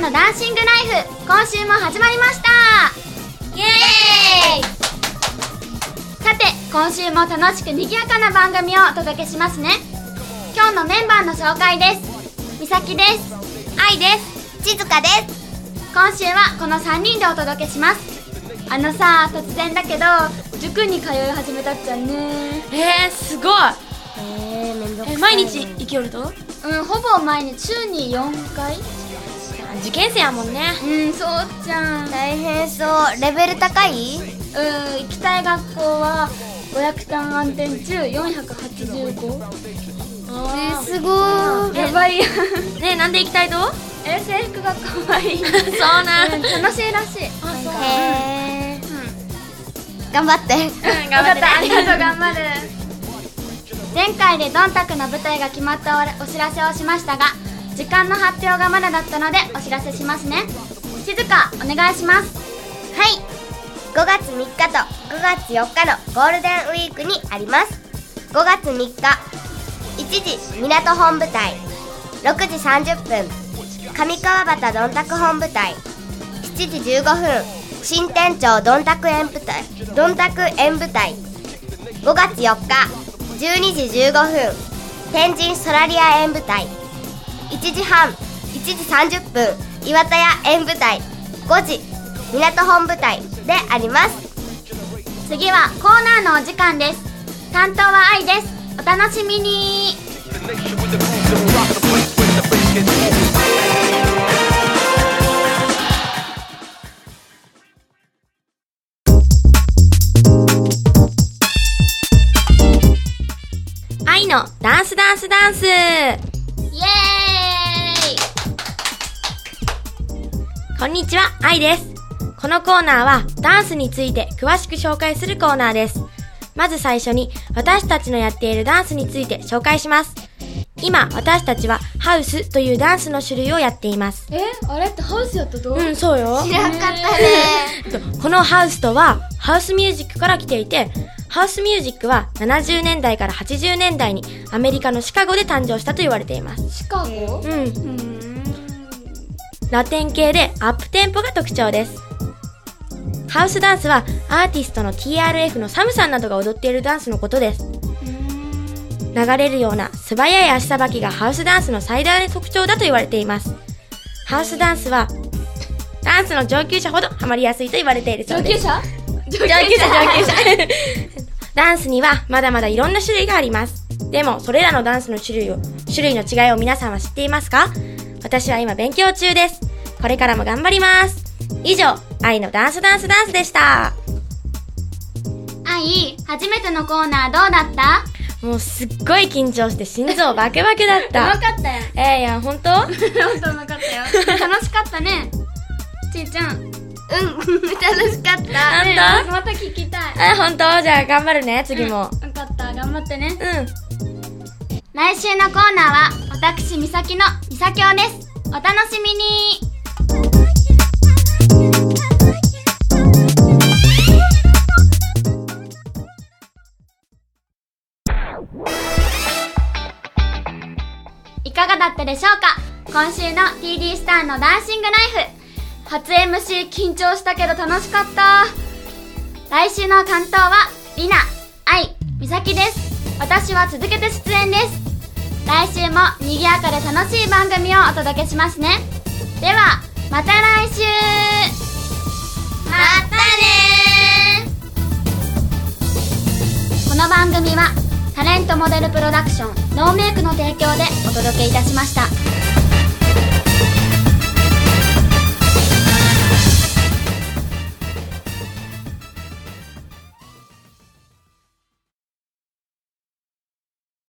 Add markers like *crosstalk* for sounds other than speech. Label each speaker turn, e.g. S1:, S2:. S1: のダンシングライフ今週も始まりましたイエーイさて今週も楽しく賑やかな番組をお届けしますね今日のメンバーの紹介ですみさきです愛ですちずかです今週はこの3人でお届けしますあのさ突然だけど塾に通い始めたっちゃんね
S2: えー、すごい
S3: えー、めんどくさい
S2: え
S3: ね
S2: 毎日生きよると
S1: うんほぼ毎日週に4回
S2: 受験生やもんね
S1: うんそうじゃん
S3: 大変そうレベル高い
S1: うん行きたい学校は500単暗転中485
S3: えー、
S2: あ
S3: すごい
S1: やばいや
S2: ーねえなんで行きた *laughs* いと
S1: え制服が可愛い
S2: そうなん
S1: うん楽しいらしい
S2: あそう
S1: なんか
S3: へえ頑張って
S2: 頑
S1: よか
S2: 張
S1: っ
S2: って
S1: たありがとう
S2: ね
S1: 頑張る前回でどんたくの舞台が決まったおお知らせをしましたが時間の発表がまだだったのでお知らせしますね静かお願いします
S3: はい5月3日と5月4日のゴールデンウィークにあります5月3日1時港本部隊6時30分上川端どんたく本部隊7時15分新店長どんたく演舞隊どんたく演舞隊5月4日12時15分天神ソラリア演舞隊1時半1時30分岩田屋演舞台5時港本部隊であります
S1: 次はコーナーのお時間です担当は愛ですお楽しみに
S2: 愛のダンスダンスダンス
S1: イエーイ
S2: こんにちは愛ですこのコーナーはダンスについて詳しく紹介するコーナーですまず最初に私たちのやっているダンスについて紹介します今私たちはハウスというダンスの種類をやっています
S1: えあれってハウスやったと
S2: うんそうよ
S3: 知らんかったね
S2: えっとこのハウスとはハウスミュージックから来ていてハウスミュージックは70年代から80年代にアメリカのシカゴで誕生したと言われています
S1: シカゴ
S2: うん
S1: うん
S2: ラテン系でアップテンポが特徴ですハウスダンスはアーティストの TRF のサムさんなどが踊っているダンスのことです流れるような素早い足さばきがハウスダンスの最大の特徴だと言われていますハウスダンスはダンスの上級者ほどハマりやすいと言われているそう
S1: 上
S2: で
S1: 級
S2: す
S1: 者上級
S2: 上級者上級者 *laughs* ダンスにはまだまだいろんな種類がありますでもそれらのダンスの種類を種類の違いを皆さんは知っていますか私は今勉強中ですこれからも頑張ります以上愛のダンスダンスダンスでした
S1: あい初めてのコーナーどうだった
S2: もうすっごい緊張して心臓バケバケだっ *laughs* た
S1: かったよ
S2: えー、いや本当
S1: 本
S2: *laughs*
S1: 当うまかったよ楽しかったねちいちゃん *laughs*
S3: うん楽しかった
S2: なん
S1: ね
S2: だ
S1: また聞きたい
S2: あ本当じゃあ頑張るね次も
S1: うんよかった頑張ってね
S2: うん
S1: 来週のコーナーは私みさきのみさきおですお楽しみにいかがだったでしょうか今週の TD スターのダンシングライフ初 MC 緊張したけど楽しかった来週の担当はりな、あい、みさきです私は続けて出演です来週も賑やかで楽しい番組をお届けしますねではまた来週またねこの番組はタレントモデルプロダクションノーメイクの提供でお届けいたしました